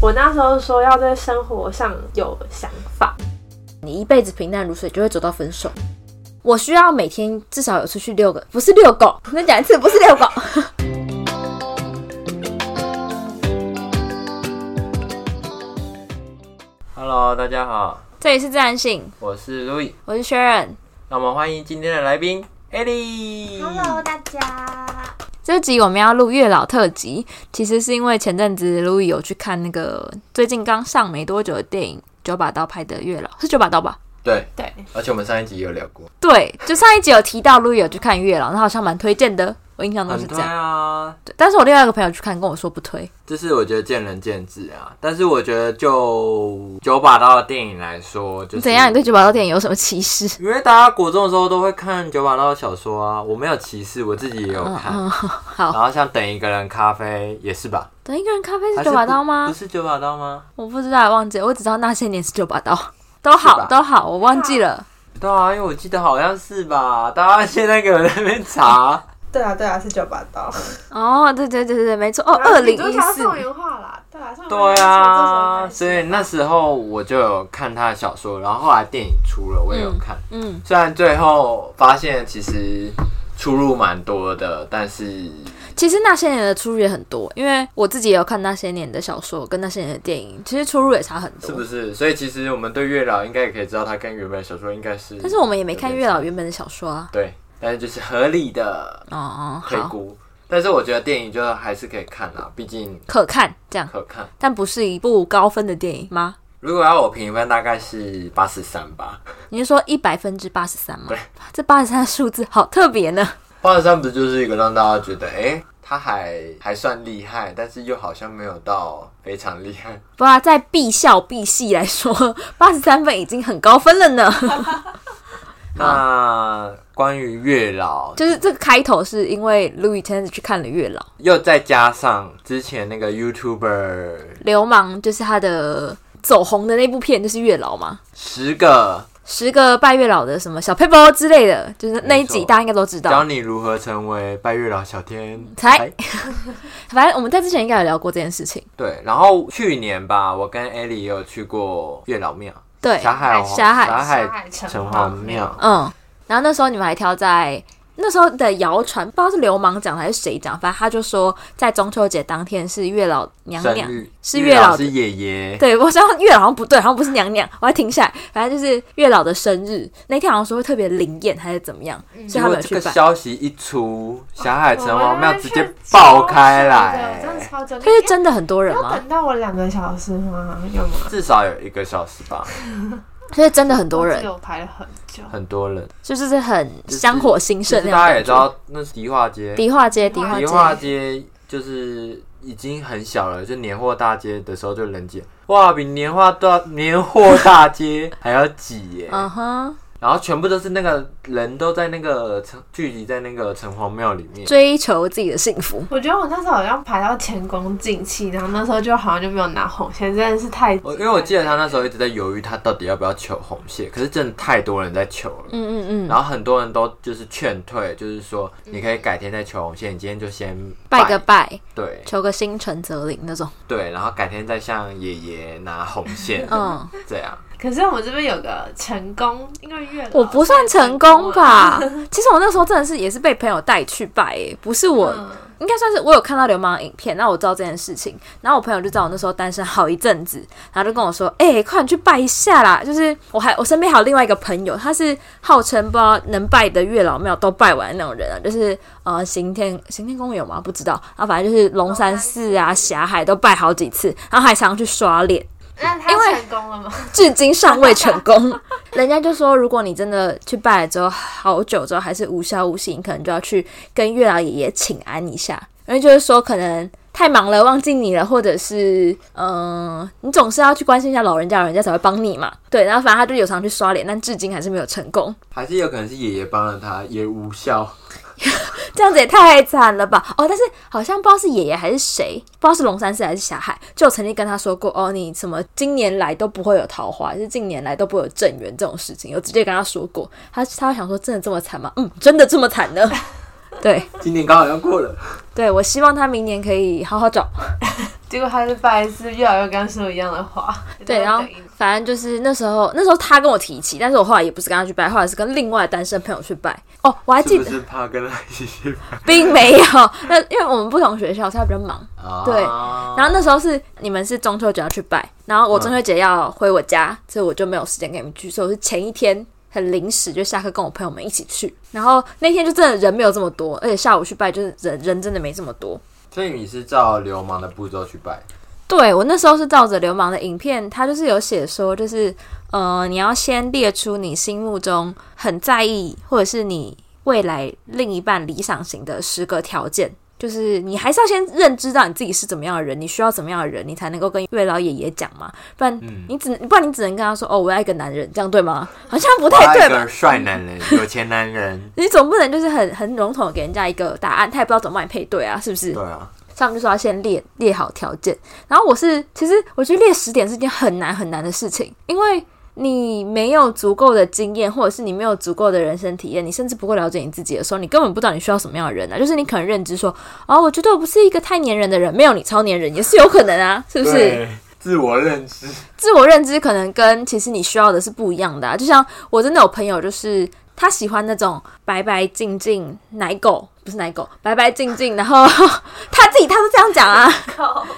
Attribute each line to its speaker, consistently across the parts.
Speaker 1: 我那时候说要对生活上有想法，
Speaker 2: 你一辈子平淡如水，就会走到分手。我需要每天至少有出去遛个，不是遛狗，再讲一次，不是遛狗。
Speaker 3: Hello，大家好，
Speaker 2: 这里是自然醒，
Speaker 3: 我是 Louis，
Speaker 2: 我是 Sharon。
Speaker 3: 让我们欢迎今天的来宾 Ellie。
Speaker 4: Hello，大家。
Speaker 2: 这集我们要录月老特辑，其实是因为前阵子 Louis 有去看那个最近刚上没多久的电影《九把刀》拍的月老，是九把刀吧？
Speaker 3: 对，
Speaker 1: 对，
Speaker 3: 而且我们上一集也有聊过。
Speaker 2: 对，就上一集有提到 Louis 有去看月老，那好像蛮推荐的，我印象中是
Speaker 3: 很
Speaker 2: 这
Speaker 3: 对
Speaker 2: 样。
Speaker 3: 啊，
Speaker 2: 对但是我另外一个朋友去看，跟我说不推。
Speaker 3: 就是我觉得见仁见智啊。但是我觉得就九把刀的电影来说，就是
Speaker 2: 怎样？你对九把刀电影有什么歧视？
Speaker 3: 因为大家国中的时候都会看九把刀的小说啊，我没有歧视，我自己也有看。
Speaker 2: 嗯，好。
Speaker 3: 然后像等一个人咖啡也是吧？
Speaker 2: 等一个人咖啡
Speaker 3: 还
Speaker 2: 是
Speaker 3: 是
Speaker 2: 九把刀
Speaker 3: 不
Speaker 2: 吗
Speaker 3: 不？是九把刀吗？
Speaker 2: 我不知道，忘记了，我只知道那些年是九 把刀，都好
Speaker 3: 吧
Speaker 2: 都好，我忘记了。
Speaker 3: 对啊，因为我记得好像是吧。大家现在给我在那边查，
Speaker 4: 对啊，对啊，是九把刀。
Speaker 2: 哦，对对对对，没错，哦，二零一四，
Speaker 1: 宋元化啦，对啊，宋元化
Speaker 3: 对
Speaker 1: 是
Speaker 3: 啊，
Speaker 1: 从这时候开始
Speaker 3: 所以那时候我就有看他的小说，然后后来电影出了，我也有看。
Speaker 2: 嗯，
Speaker 3: 虽然最后发现其实出入蛮多的，但是
Speaker 2: 其实那些年的出入也很多，因为我自己也有看那些年的小说跟那些年的电影，其实出入也差很多。
Speaker 3: 是不是？所以其实我们对月老应该也可以知道，他跟原本的小说应该是，
Speaker 2: 但是我们也没看月老原本的小说啊。
Speaker 3: 对，但是就是合理的
Speaker 2: 哦哦，
Speaker 3: 推
Speaker 2: 好，
Speaker 3: 估。但是我觉得电影就还是可以看啦，毕竟
Speaker 2: 可看这样，
Speaker 3: 可看。
Speaker 2: 但不是一部高分的电影吗？
Speaker 3: 如果要我评分，大概是八十三吧。
Speaker 2: 你是说一百分之八十三吗？这八十三的数字好特别呢。
Speaker 3: 八十三不就是一个让大家觉得，哎、他还还算厉害，但是又好像没有到非常厉 害。
Speaker 2: 不啊，在必笑必戏来说，八十三分已经很高分了呢。
Speaker 3: 那关于月老，
Speaker 2: 就是这个开头是因为 Louis 前阵子去看了月老，
Speaker 3: 又再加上之前那个 YouTuber
Speaker 2: 流氓就是他的走红的那部片就是月老嘛，
Speaker 3: 十个
Speaker 2: 十个拜月老的什么小 paper 之类的，就是那一
Speaker 3: 没
Speaker 2: 集
Speaker 3: 错
Speaker 2: 大家应该都知
Speaker 3: 教
Speaker 2: 道。
Speaker 3: 你如何成为拜月老小天哎
Speaker 2: 才反正我们在之前应该有聊过这件事情，
Speaker 3: 对，然后去年吧，我跟 Ellie 也有去过月老庙，
Speaker 2: 对，哎
Speaker 3: 霞海皇
Speaker 2: 霞海
Speaker 3: 霞
Speaker 1: 霞海城
Speaker 3: 城
Speaker 1: 隍
Speaker 3: 隍庙，
Speaker 2: 嗯，然后那时候你们还挑在那时候的谣传，不知道是流氓讲的还是谁讲，反正他就说在中秋节当天是月老娘
Speaker 3: 生
Speaker 2: 娘
Speaker 3: 日
Speaker 2: 是月老的
Speaker 3: 是爷爷，
Speaker 2: 对，我知道月老好像不对，好像不是娘娘，我要停下来。反正就是月老的生日那天，好像说会特别灵验还是怎么样，所
Speaker 3: 结
Speaker 2: 以他
Speaker 3: 果
Speaker 2: 们有
Speaker 3: 这
Speaker 2: 去
Speaker 3: 个
Speaker 2: 办。
Speaker 3: 消息一出，霞海城
Speaker 1: 我
Speaker 3: 隍
Speaker 1: 们
Speaker 3: 庙
Speaker 1: 去
Speaker 3: 直接爆开
Speaker 1: 超久的真的
Speaker 3: 来，
Speaker 1: 超久的，
Speaker 2: 可是真的很多人
Speaker 1: 要
Speaker 2: 吗？
Speaker 1: 等到我两个小时吗？有吗？
Speaker 3: 至少有一个小时吧，
Speaker 2: 所以真的很多
Speaker 1: 我记
Speaker 2: 人，
Speaker 1: 得我排了很久，
Speaker 3: 很多人。
Speaker 2: 就是是很香火兴
Speaker 3: 其
Speaker 2: 盛那
Speaker 3: 实
Speaker 2: 样
Speaker 3: 大
Speaker 2: 的
Speaker 3: 家也
Speaker 2: 感
Speaker 3: 知
Speaker 2: 觉。
Speaker 3: 道，那是迪化街，
Speaker 2: 迪化街，迪
Speaker 1: 迪
Speaker 2: 化
Speaker 1: 化
Speaker 3: 迪
Speaker 2: 街，
Speaker 3: 化街就是已经很小了，就年货大街的时候就人挤，哇，比年货大年货大街还要挤耶。
Speaker 2: 嗯哼，
Speaker 3: 然后全部都是那个人都在那个城聚集在那个城隍庙里面，
Speaker 2: 追求自己的幸福。
Speaker 1: 我觉得我那时候好像排到前功尽弃，然后那时候就好像就没有拿红线，真的是太……
Speaker 3: 我因为我记得他那时候一直在犹豫他到底要不要求红线，可是真的太多人在求了。
Speaker 2: 嗯嗯嗯，
Speaker 3: 然后很多人都就是劝退，就是说你可以改天再求红线，你今天就先
Speaker 2: 拜个拜，
Speaker 3: 对
Speaker 2: 求个心诚则灵那种。
Speaker 3: 对，然后改天再向爷爷拿红线，嗯，
Speaker 2: 嗯，
Speaker 3: 这样。
Speaker 1: 可是我们这边有个成功，因为月老
Speaker 2: 我不算成功 吧？其实我那时候真的是也是被朋友带去拜、欸，不是我
Speaker 1: 嗯
Speaker 2: 应该算是我有看到流氓的影片，那我知道这件事情，然后我朋友就知道我那时候单身好一阵子，然后就跟我说：“哎、快点去拜一下啦！”就是我还我身边还有另外一个朋友，他是号称不知道能拜的月老庙都拜完的那种人啊，就是呃行天行天宫有吗？不知道，然后反正就是龙山寺啊、霞海都拜好几次，然后还常常去刷脸，
Speaker 1: 那
Speaker 2: 因
Speaker 1: 他
Speaker 2: 为
Speaker 1: 成功了吗？
Speaker 2: 至今尚未成功。 人家就说，如果你真的去拜了之后，好久之后还是无消无息，你可能就要去跟月老爷爷请安一下，因为就是说可能。太忙了，忘记你了，或者是，嗯、你总是要去关心一下老人家，老人家才会帮你嘛。对，然后反正他就有常去刷脸，但至今还是没有成功，
Speaker 3: 还是有可能是爷爷帮了他，也无效。
Speaker 2: 这样子也太惨了吧？哦，但是好像不知道是爷爷还是谁，不知道是龙山寺还是霞海，就有曾经跟他说过，哦，你什么今年来都不会有桃花，就是近年来都不会有正缘这种事情，有直接跟他说过。他他想说，真的这么惨吗？嗯，真的这么惨呢？ 对，
Speaker 5: 今年刚好要过了，
Speaker 2: 对我希望他明年可以好好找。
Speaker 1: 结果他就拜一次，又来又跟他说一样的话。
Speaker 2: 对，然后反正就是那时候，那时候他跟我提起，但是我后来也不是跟他去拜，后来是跟另外的单身朋友去拜。哦，我还记
Speaker 5: 是不
Speaker 2: 得，
Speaker 5: 是怕跟他一起去 拍？
Speaker 2: 并没有，那因为我们不同学校，所以他比较忙。
Speaker 3: 啊
Speaker 2: 对
Speaker 3: 哦
Speaker 5: 然
Speaker 2: 然后那时候是你们是中秋节要去拜，然后我中秋节要回我家，所以我就没有时间跟你们去，所以我是前一天很临时就下课跟我朋友们一起去，然后那天就真的人没有这么多，而且下午去拜就是人人真的没这么多。
Speaker 5: 所以你是照流氓的步骤去拜，
Speaker 2: 对我那时候是照着流氓的影片，他就是有写说，就是呃，你要先列出你心目中很在意，或者是你未来另一半理想型的十个条件。就是你还是要先认知到你自己是怎么样的人，你需要怎么样的人，你才能够跟月老爷爷讲嘛，不然
Speaker 5: 嗯
Speaker 2: 你只不然你只能跟他说哦，我要一个男人，这样对吗？好像不太对
Speaker 5: 一
Speaker 2: 吧？
Speaker 5: 个帅男人，有钱男人，
Speaker 2: 你总不能就是很很笼统地给人家一个答案，他也不知道怎么帮你配对啊，是不是？
Speaker 5: 对啊，
Speaker 2: 上面就说要先列列好条件，然后我是其实我觉得列十点是一件很难很难的事情，因为你没有足够的经验，或者是你没有足够的人生体验，你甚至不够了解你自己的时候，你根本不知道你需要什么样的人啊。就是你可能认知说，哦，我觉得我不是一个太粘人的人，没有你超粘人也是有可能啊，是不是？
Speaker 5: 对？自我认知，
Speaker 2: 自我认知可能跟其实你需要的是不一样的、啊。就像我真的有朋友，就是他喜欢那种白白净净奶狗，不是奶狗，白白净净，然后 他自己他是这样讲啊，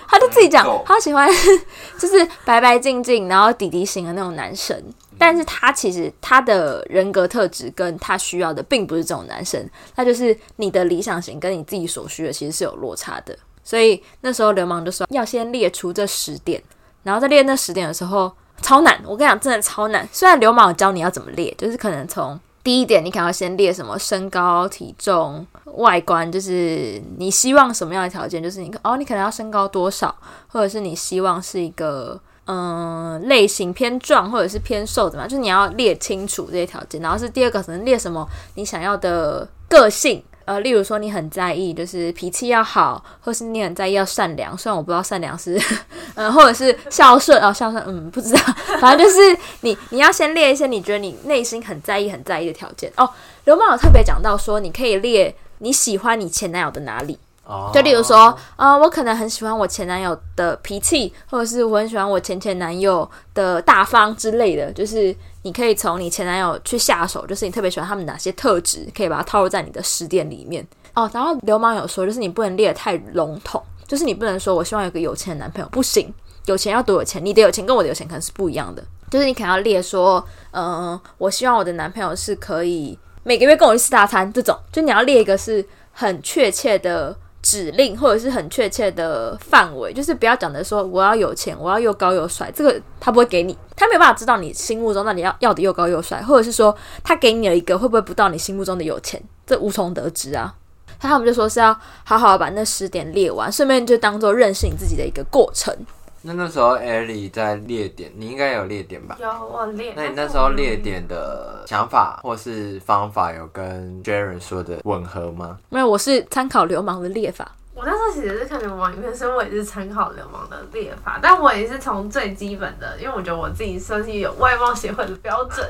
Speaker 2: 他就自己讲
Speaker 5: 奶狗，
Speaker 2: 他喜欢 就是白白净净，然后弟弟型的那种男生。但是他其实他的人格特质跟他需要的并不是这种男生，那就是你的理想型跟你自己所需的其实是有落差的。所以那时候流氓就说要先列出这十点，然后在列那十点的时候超难，我跟你讲真的超难。虽然流氓有教你要怎么列，就是可能从第一点你可能要先列什么身高、体重、外观，就是你希望什么样的条件，就是你哦你可能要身高多少，或者是你希望是一个。嗯，类型偏壮或者是偏瘦的嘛，就是你要列清楚这些条件。然后是第二个，可能列什么你想要的个性，呃，例如说你很在意就是脾气要好，或是你很在意要善良。虽然我不知道善良是 嗯，或者是孝顺哦，孝顺，嗯，不知道，反正就是你你要先列一些你觉得你内心很在意、很在意的条件哦。刘妈有特别讲到说，你可以列你喜欢你前男友的哪里，
Speaker 5: 哦
Speaker 2: 就例如说，呃，我可能很喜欢我前男友的脾气，或者是我很喜欢我前前男友的大方之类的，就是你可以从你前男友去下手，就是你特别喜欢他们哪些特质，可以把它套入在你的十点里面。哦，然后流氓有说，就是你不能列得太笼统，就是你不能说我希望有个有钱的男朋友，不行，有钱要多有钱，你的有钱跟我的有钱可能是不一样的，就是你可能要列说，嗯、我希望我的男朋友是可以每个月跟我去吃大餐这种，就你要列一个是很确切的指令或者是很确切的范围，就是不要讲的说我要有钱，我要又高又帅，这个他不会给你，他没有办法知道你心目中到底要要的又高又帅，或者是说他给你了一个会不会不到你心目中的有钱，这无从得知啊。他们就说是要好好地把那十点列完，顺便就当做认识你自己的一个过程。
Speaker 5: 那那时候艾莉在列点，你应该有列点吧？
Speaker 1: 有我练
Speaker 5: 那你那时候列点的想法或是方法有跟 Jaren 说的吻合吗？
Speaker 2: 没有，我是参考流氓的列法。
Speaker 1: 我那时候其实是看流氓影片，所以我也是参考流氓的列法，但我也是从最基本的，因为我觉得我自己算是有外貌协会的标准。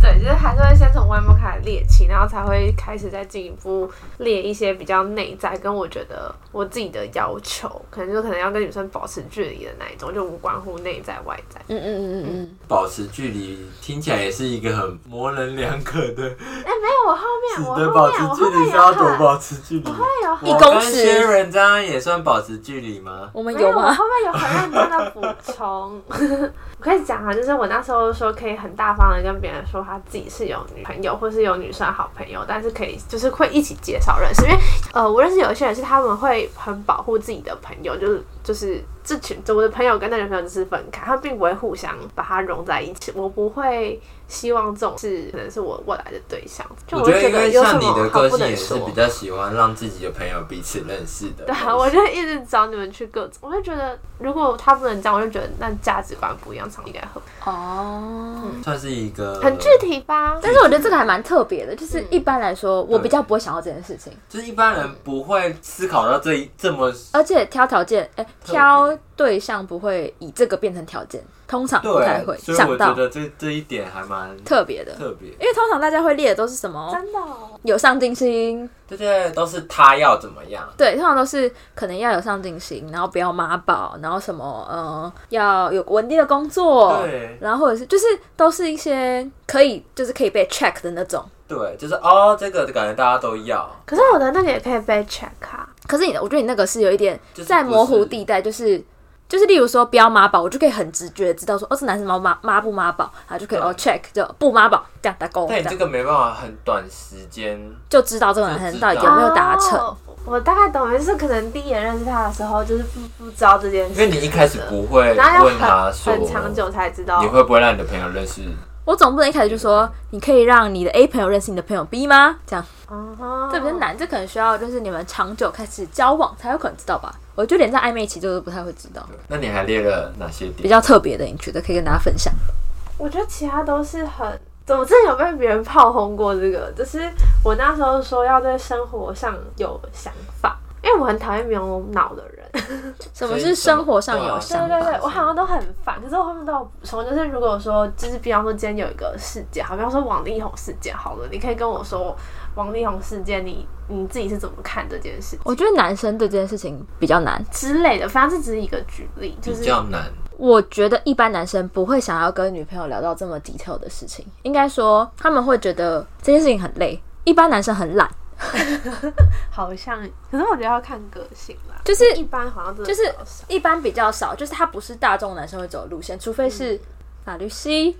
Speaker 1: 对，就是还是会先从外貌开始列起，然后才会开始再进一步列一些比较内在跟我觉得我自己的要求，可能就可能要跟女生保持距离的那一种，就无关乎内在外在。
Speaker 2: 嗯嗯嗯嗯嗯。
Speaker 5: 保持距离听起来也是一个很模棱两可的，
Speaker 1: 哎、没有，我后
Speaker 5: 只
Speaker 1: 面我
Speaker 5: 得
Speaker 1: 后
Speaker 5: 保
Speaker 1: 面
Speaker 5: 持
Speaker 1: 我后
Speaker 5: 距
Speaker 1: 面
Speaker 5: 离
Speaker 1: 有
Speaker 5: 是要多
Speaker 1: 看
Speaker 5: 保持距离？
Speaker 1: 有很
Speaker 2: 一公尺
Speaker 5: 些人这样也算保持距离吗？
Speaker 2: 我们
Speaker 1: 没
Speaker 2: 有
Speaker 1: 我
Speaker 2: 吗？
Speaker 1: 后面有很认真的补充。 我可以讲啊，就是我那时候说可以很大方的跟别人说他自己是有女朋友，或是有女生好朋友，但是可以就是会一起介绍认识，因为呃，我认识有一些人是他们会很保护自己的朋友，就是就是这群我的朋友跟那群朋友就是分开，他们并不会互相把它融在一起，我不会。希望这种是可能是我未来的对象，就
Speaker 5: 我
Speaker 1: 会
Speaker 5: 觉得
Speaker 1: 觉
Speaker 5: 因
Speaker 1: 得
Speaker 5: 为
Speaker 1: 有什
Speaker 5: 像你
Speaker 1: 么
Speaker 5: 的
Speaker 1: 好
Speaker 5: 个
Speaker 1: 不
Speaker 5: 性
Speaker 1: 能
Speaker 5: 也是
Speaker 1: 说。
Speaker 5: 比较喜欢让自己的朋友彼此认识的。
Speaker 1: 对啊，我就一直找你们去各种，我就觉得如果他不能这样，我就觉得那价值观不一样，才应该合，
Speaker 2: 哦。
Speaker 5: 算是一个
Speaker 1: 很具，体吧？
Speaker 2: 但是我觉得这个还蛮特别的，就是嗯一般来说，我比较不会想到这件事情，
Speaker 5: 就是一般人不会思考到这一这么
Speaker 1: 呃
Speaker 2: 而且挑条件，哎、挑对象不会以这个变成条件，通常不太会
Speaker 5: 对，所以
Speaker 2: 想
Speaker 5: 我觉
Speaker 2: 到
Speaker 5: 得这这一点还蛮
Speaker 2: 特别的，
Speaker 5: 特别，
Speaker 2: 因为通常大家会列的都是什么
Speaker 1: 真的、哦，
Speaker 2: 有上进心，
Speaker 3: 这些都是他要怎么样？
Speaker 2: 对，通常都是可能要有上进心，然后不要妈宝，然后什么呃要有稳定的工作，
Speaker 5: 对
Speaker 2: 然后或者是就是都是一些可以就是可以被 check 的那种。
Speaker 3: 对，就是哦，这个感觉大家都要，
Speaker 1: 可是我的那个也可以被 check 啊，
Speaker 2: 可是你，我觉得你那个是有一点
Speaker 3: 就是
Speaker 2: 在模
Speaker 3: 不
Speaker 2: 糊
Speaker 3: 是
Speaker 2: 地带，就是就是，例如说不要妈宝，我就可以很直觉地知道说，哦，这男生妈妈妈不妈宝，啊，就可以哦 check 就不妈宝，这样打勾，
Speaker 3: 但
Speaker 2: 这
Speaker 3: 你
Speaker 2: 样
Speaker 3: 这个没办法很短时间，
Speaker 2: 就知道这个男生到底
Speaker 3: 就知
Speaker 2: 有
Speaker 3: 道
Speaker 2: 没有达成。
Speaker 1: 哦我大概懂，就是可能第一眼认识他的时候，就是不不知道这件
Speaker 3: 因
Speaker 1: 事，
Speaker 3: 为你一开始不会
Speaker 1: 然后要
Speaker 3: 问他
Speaker 1: 很
Speaker 3: 说
Speaker 1: 很长久才知道
Speaker 3: 你。会不会让你的朋友认识，
Speaker 2: 我总不能一开始就说，你可以让你的 A 朋友认识你的朋友 B 吗？这样
Speaker 1: 哦
Speaker 2: 这比较。难，这可能需要就是你们长久开始交往才有可能知道吧。我就连在暧昧期就是不太会知道。
Speaker 3: 那你还列了哪些
Speaker 2: 比
Speaker 3: 点？
Speaker 2: 较特别的，你觉得可以跟大家分享？
Speaker 1: 我觉得其他都是很，我之前有被别人炮轰过这个，就是我那时候说要对生活上有想法，因为我很讨厌没有脑的人。
Speaker 2: 什么
Speaker 3: 所以
Speaker 2: 是
Speaker 3: 什么
Speaker 2: 生活上
Speaker 3: 对啊
Speaker 2: 有
Speaker 1: 对
Speaker 2: 想
Speaker 1: 对对
Speaker 2: 法？，
Speaker 1: 我好像都很烦，可是我后面都有补充，就是如果说就是比方说今天有一个事件，好，比方说王力宏事件好了，你可以跟我说王力宏事件你你自己是怎么看这件事
Speaker 2: 我觉得男生对这件事情比较难。
Speaker 1: 之类的，反正这只是一个举例，就
Speaker 3: 比
Speaker 1: 是
Speaker 3: 较难，
Speaker 2: 我觉得一般男生不会想要跟女朋友聊到这么 detail 的事情，应该说他们会觉得这件事情很累。一般男生很懒，
Speaker 1: 好像，可是我觉得要看个性啦，
Speaker 2: 就是
Speaker 1: 一般好像真的
Speaker 2: 就是
Speaker 1: 比较少
Speaker 2: 一般比较少，就是他不是大众男生会走的路线，除非是法律系，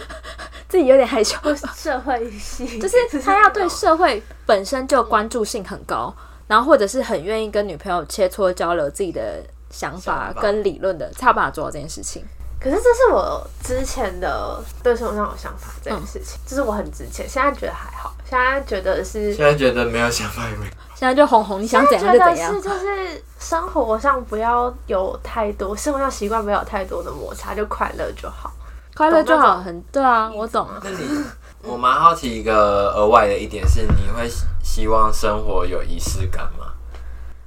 Speaker 2: 自己有点害羞，
Speaker 1: 社会系，
Speaker 2: 就是他要对社会本身就关注性很高，然后或者是很愿意跟女朋友切磋交流自己的想法
Speaker 3: 想法
Speaker 2: 跟理论的，才有办法做到这件事情。
Speaker 1: 可是这是我之前的对生活上有想法这件事情，
Speaker 2: 嗯
Speaker 1: 就是我很值钱，现在觉得还好，现在觉得是
Speaker 3: 现在觉得没有想法也 没
Speaker 2: 现在就红红，你想怎样就
Speaker 1: 觉
Speaker 2: 怎
Speaker 1: 得
Speaker 2: 样
Speaker 1: 是。就是生活上不要有太多，生活上习惯不要有太多的摩擦，就快乐就好。
Speaker 2: 快乐就
Speaker 1: 懂那
Speaker 2: 好，
Speaker 1: 种
Speaker 2: 很对啊，我懂啊。
Speaker 3: 那你，我蛮好奇一个额外的一点是，你会希希望生活有仪式感吗？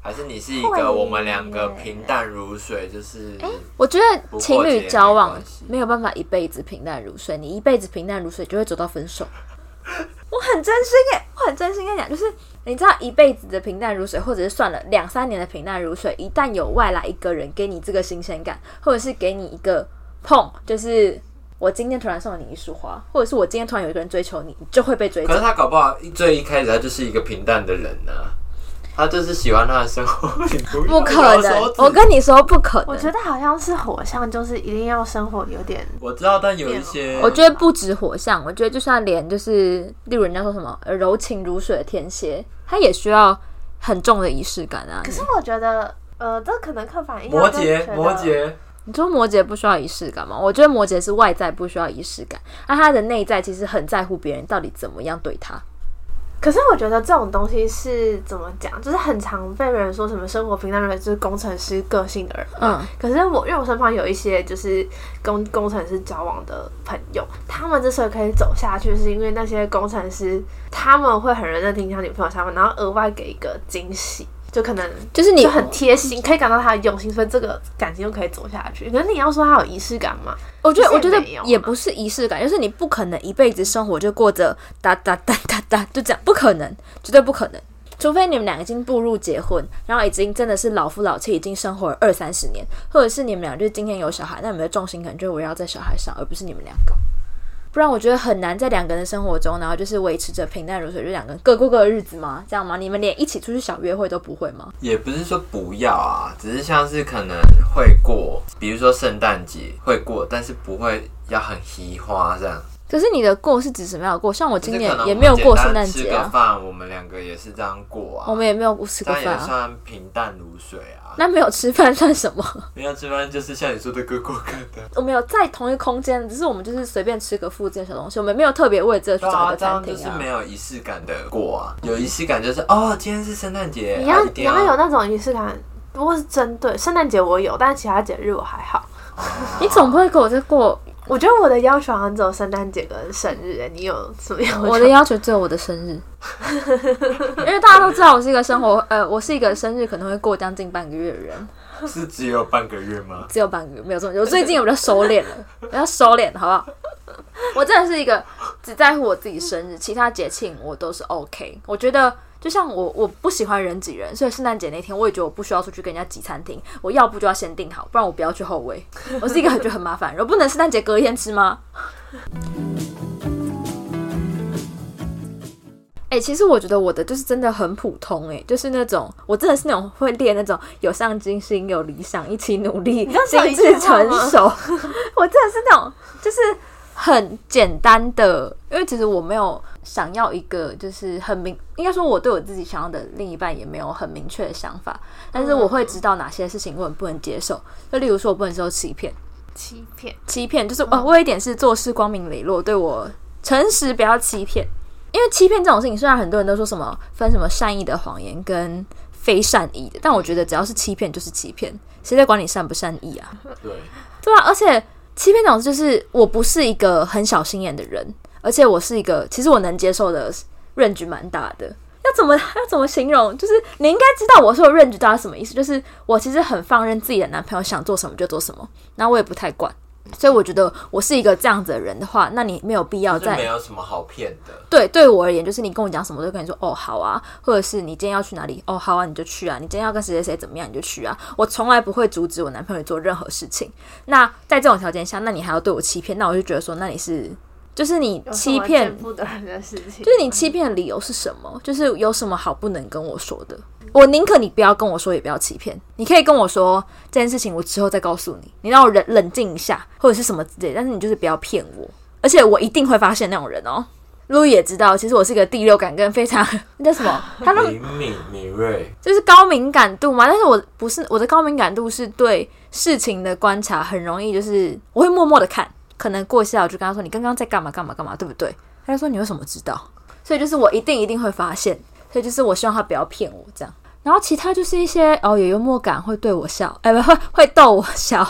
Speaker 3: 还是你是一
Speaker 1: 会耶
Speaker 3: 个我们两个平淡如水，就是
Speaker 2: 我觉得情侣交
Speaker 3: 不
Speaker 2: 往
Speaker 3: 过节没关系
Speaker 2: 没有办法一辈子平淡如水，你一辈子平淡如水就会走到分手。我很真心耶，我很真心跟你讲，就是你知道一辈子的平淡如水，或者是算了两三年的平淡如水，一旦有外来一个人给你这个新鲜感，或者是给你一个碰，就是我今天突然送了你一束花，或者是我今天突然有一个人追求你，你就会被追
Speaker 3: 可
Speaker 2: 走
Speaker 3: 是。他搞不好一最一开始他就是一个平淡的人呢、啊他就是喜欢他的生活，
Speaker 2: 不可能，我跟你说不可能。
Speaker 1: 我觉得好像是火象，就是一定要生活有点
Speaker 2: 嗯
Speaker 3: 我知道，但有一些，
Speaker 2: 我觉得不止火象，我觉得就算连就是，例如人家说什么呃柔情如水的天蝎，他也需要很重的仪式感啊。
Speaker 1: 可是我觉得，呃，这可能刻板印象。
Speaker 3: 摩羯，摩，羯，
Speaker 2: 你说摩羯不需要仪式感吗？我觉得摩羯是外在不需要仪式感，那、他的内在其实很在乎别人到底怎么样对他。
Speaker 1: 可是我觉得这种东西是怎么讲，就是很常被人说什么生活平淡如水，就是工程师个性的人。
Speaker 2: 嗯，
Speaker 1: 可是我因为我身旁有一些就是工工程师交往的朋友，他们之所以可以走下去，是因为那些工程师他们会很认真听他女朋友想法，然后额外给一个惊喜，就可能
Speaker 2: 就是你
Speaker 1: 就很贴心，可以感到他的用心，所以这个感情就可以走下去。可是你要说他有仪式感吗？
Speaker 2: 我觉得，
Speaker 1: 其实
Speaker 2: 我觉
Speaker 1: 也
Speaker 2: 得
Speaker 1: 没有
Speaker 2: 也
Speaker 1: 嘛
Speaker 2: 不是仪式感，就是你不可能一辈子生活就过着哒哒哒哒哒，就这样，不可能，绝对不可能。除非你们俩已经步入结婚，然后已经真的是老夫老妻，已经生活了二三十年，或者是你们俩就是今天有小孩，那你们的重心可能就围绕在小孩上，而不是你们两个。不然我觉得很难在两个人的生活中，然后就是维持着平淡如水，就两个人各过各的日子吗？这样吗？你们连一起出去小约会都不会吗？
Speaker 3: 也不是说不要啊，只是像是可能会过，比如说圣诞节会过，但是不会要很稀花这样。
Speaker 2: 可是你的过是指什么样的过？像我今
Speaker 3: 就是
Speaker 2: 年
Speaker 3: 可能
Speaker 2: 也没有过圣诞
Speaker 3: 我们简
Speaker 2: 节
Speaker 3: 单吃个
Speaker 2: 啊，
Speaker 3: 饭，我们两个也是这样过啊。
Speaker 2: 我们也没有吃
Speaker 3: 这
Speaker 2: 过
Speaker 3: 样
Speaker 2: 饭
Speaker 3: 也
Speaker 2: 啊。
Speaker 3: 算平淡如水啊。
Speaker 2: 那没有吃饭算什么？
Speaker 3: 没有吃饭就是像你说的各过各的。
Speaker 2: 我们有在同一个空间，只是我们就是随便吃个附近的小东西，我们没有特别为了这去
Speaker 3: 对
Speaker 2: 找一
Speaker 3: 啊，
Speaker 2: 个
Speaker 3: 这
Speaker 2: 餐
Speaker 3: 样
Speaker 2: 厅
Speaker 3: 就是
Speaker 2: 啊。
Speaker 3: 没有仪式感的过啊。有仪式感就是哦，今天是圣诞节，
Speaker 1: 你要
Speaker 3: 啊一
Speaker 1: 你
Speaker 3: 定
Speaker 1: 要有那种仪式感。不过是针对圣诞节我有，但是其他节日我还好。
Speaker 2: 你总不会给我这过，
Speaker 1: 我觉得我的要求好像只有圣诞节跟生日、欸，你有什么要求？
Speaker 2: 我的要求只有我的生日， 因为大家都知道我是一个生活，呃，我是一个生日可能会过将近半个月的人，
Speaker 3: 是只有半个月吗？
Speaker 2: 只有半个月，没有这么久。我最近有比较收敛了，比较收敛，好不好？ 我真的是一个只在乎我自己生日，其他节庆我都是 OK。我觉得就像我，我不喜欢人挤人，所以圣诞节那天我也觉得我不需要出去跟人家挤餐厅，我要不就要先订好，不然我不要去后位。 我是一个很觉得很麻烦的人，我不能圣诞节隔一天吃吗？ 哎、其实我觉得我的就是真的很普通、哎，就是那种我真的是那种会列那种有上进心、有理想、一起努力、
Speaker 1: 讲一
Speaker 2: 心
Speaker 1: 句
Speaker 2: 智
Speaker 1: 话
Speaker 2: 成
Speaker 1: 吗
Speaker 2: 熟， 我真的是那种就是很简单的，因为其实我没有想要一个就是很明，应该说我对我自己想要的另一半也没有很明确的想法，但是我会知道哪些事情我很不能接受，就例如说我不能接受欺骗。
Speaker 1: 欺骗，
Speaker 2: 欺骗，就是呃，我有一点是做事光明磊落，对我诚实，不要欺骗。因为欺骗这种事情，虽然很多人都说什么分什么善意的谎言跟非善意的，但我觉得只要是欺骗就是欺骗，谁在管你善不善意啊？
Speaker 5: 对，
Speaker 2: 对啊，而且欺骗这种事就是我不是一个很小心眼的人，而且我是一个其实我能接受的 range 蛮大的。要怎么 要怎么形容？就是你应该知道我说的 range 大概什么意思，就是我其实很放任自己的男朋友想做什么就做什么，然后我也不太管。所以我觉得我是一个这样子的人的话，那你没有必要
Speaker 3: 就
Speaker 2: 再
Speaker 3: 没有什么好骗的。
Speaker 2: 对，对我而言，就是你跟我讲什么，我都跟你说哦好啊，或者是你今天要去哪里哦好啊，你就去啊，你今天要跟谁谁谁怎么样你就去啊。我从来不会阻止我男朋友做任何事情。那在这种条件下，那你还要对我欺骗，那我就觉得说，那你是就是你
Speaker 1: 有什么
Speaker 2: 欺骗
Speaker 1: 见，不得人的事情，
Speaker 2: 就是你欺骗的理由是什么？就是有什么好不能跟我说的？我宁可你不要跟我说，也不要欺骗。你可以跟我说这件事情，我之后再告诉你，你让我冷冷静一下，或者是什么之类的。但是你就是不要骗我，而且我一定会发现那种人哦。路易也知道，其实我是一个第六感跟非常 那叫什么，他那
Speaker 3: 灵敏敏锐，
Speaker 2: 就是高敏感度嘛。但是我不是我的高敏感度是对事情的观察，很容易就是我会默默的看，可能过一下我就跟他说你刚刚在干嘛干嘛干嘛，对不对？他就说你为什么知道？所以就是我一定一定会发现，所以就是我希望他不要骗我这样。然后其他就是一些哦有幽默感，会对我笑，哎、不 会会逗我笑，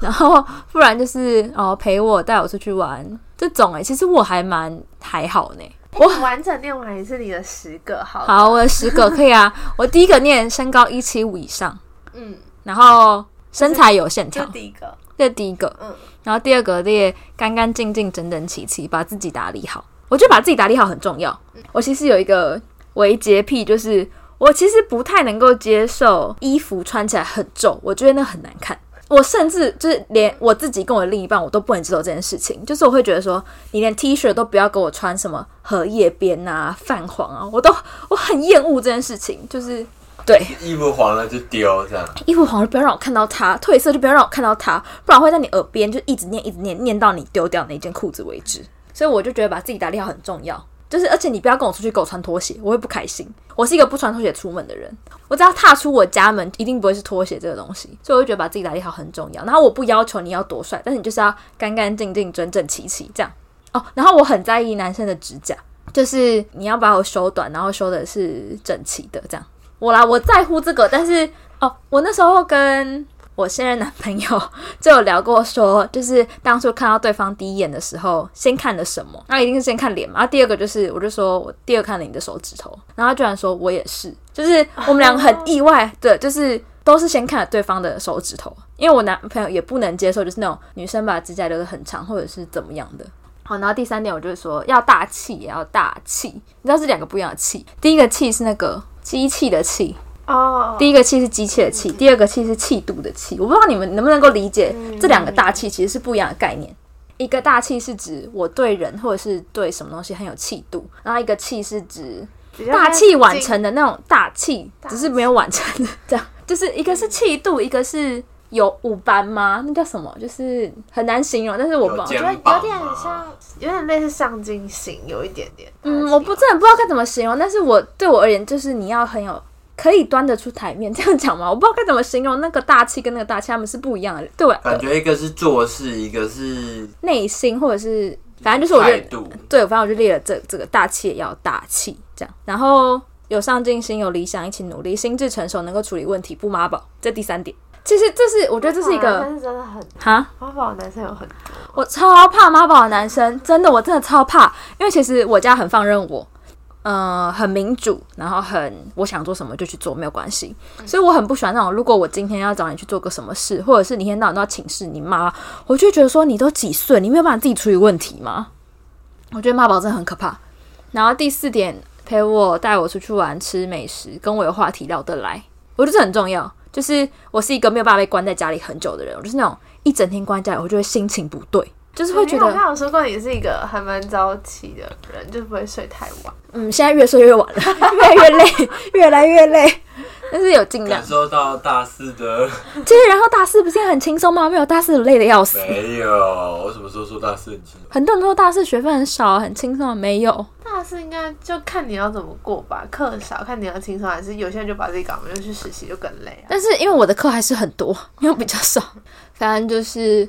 Speaker 2: 然后不然就是哦陪我带我出去玩这种哎、其实我还蛮还好呢。
Speaker 1: 我完整念完一次你的十个好了，
Speaker 2: 好，我有十个可 以啊。我第一个念身高一七五以上，
Speaker 1: 嗯，
Speaker 2: 然后身材有线
Speaker 1: 就
Speaker 2: 条，
Speaker 1: 第一个，
Speaker 2: 这是第一个。
Speaker 1: 嗯
Speaker 2: 然后第二个列干干净净、整整齐齐，把自己打理好。我觉得把自己打理好很重要。我其实有一个微洁癖，就是我其实不太能够接受衣服穿起来很皱，我觉得那很难看。我甚至就是连我自己跟我另一半，我都不能接受这件事情。就是我会觉得说，你连 T 恤都不要给我穿什么荷叶边啊、泛黄啊，我都我很厌恶这件事情。就是对，
Speaker 3: 衣服黄了就丢这样。
Speaker 2: 衣服黄了，不要让我看到它；褪色就不要让我看到它，不然会在你耳边就一直念、一直念，念到你丢掉那件裤子为止。所以我就觉得把自己打理好很重要。就是，而且你不要跟我出去给我穿拖鞋，我会不开心。我是一个不穿拖鞋出门的人，我只要踏出我家门，一定不会是拖鞋这个东西。所以我就觉得把自己打理好很重要。然后我不要求你要多帅，但是你就是要干干净净、整整齐齐这样。哦，然后我很在意男生的指甲，就是你要把我修短，然后修的是整齐的这样。我啦，我在乎这个，但是哦，我那时候跟我现任男朋友 就有聊过说就是当初看到对方第一眼的时候，先看的什么？那一定是先看脸嘛。啊然后第二个就是，我就说我第二看了你的手指头，然后他居然说我也是，就是我们两个很意外，对，就是都是先看了对方的手指头，因为我男朋友也不能接受，就是那种女生把指甲留得很长或者是怎么样的。好，然后第三点，我就是说要大气，也要大气。你知道是两个不一样的气，第一个气是那个机器的气，
Speaker 1: 哦，
Speaker 2: 第一个气是机器的气，第二个气是气度的气。我不知道你们能不能够理解这两个大气其实是不一样的概念。一个大气是指我对人或者是对什么东西很有气度，然后一个气是指
Speaker 1: 比较
Speaker 2: 大器晚成的那种大气，
Speaker 1: 大
Speaker 2: 只是没有晚成的这样。就是一个是气度，一个是有五班吗？那叫什么？就是很难形容，但是我不知道
Speaker 1: 我觉
Speaker 3: 有。
Speaker 1: 得
Speaker 3: 肩膀
Speaker 1: 有点像，有点类似上进心，有一点点。
Speaker 2: 嗯，我不真的不知道该怎么形容，但是我对我而言，就是你要很有可以端得出台面， 这样讲吗？我不知道该怎么形容那个大气跟那个大气，他们是不一样的。对我
Speaker 3: 感
Speaker 2: 的
Speaker 3: 觉一个是做事，一个是
Speaker 2: 内心或者是反正就是我
Speaker 3: 态
Speaker 2: 觉得，
Speaker 3: 度。
Speaker 2: 对，反正我就列了这这个大气也要大气这样，然后有上进心、有理想、一起努力、心智成熟、能够处理问题、不妈宝，这第三点。其实这是我觉得这是一
Speaker 1: 啊但
Speaker 2: 个
Speaker 1: 是真的很，
Speaker 3: 啊
Speaker 2: 哈。
Speaker 1: 妈宝男生有很多，
Speaker 2: 我超怕妈宝的男生，真的，我真的超怕，因为其实我家很放任我。呃很民主，然后很我想做什么就去做，没有关系。所以我很不喜欢那种，如果我今天要找你去做个什么事，或者是你一天到晚都要请示你妈，我就会觉得说你都几岁，你没有办法自己处理问题吗？我觉得妈宝真的很可怕。然后第四点，陪我带我出去玩吃美食，跟我有话题聊得来，我觉得这很重要。就是我是一个没有办法被关在家里很久的人，我就是那种一整天关在家里，我就会心情不对，就是会觉
Speaker 1: 哎你好
Speaker 2: 得
Speaker 1: 像有说过你是一个还蛮早起的人，就不会睡太晚。
Speaker 2: 嗯，现在越睡越晚了， 越来越累，越来越累。但是有尽量
Speaker 3: 感，受到大四的
Speaker 2: 其实然后大四不是也很轻松吗？没有大四累的要死。
Speaker 3: 没有，我什么时候说大四很轻松？
Speaker 2: 很多人都说大四学分很少，很轻松，没有。
Speaker 1: 大四应该就看你要怎么过吧，课少看你要轻松，还是有些人就把自己搞没，就去实习就更累啊。
Speaker 2: 但是因为我的课还是很多， 没有比较少，反正就是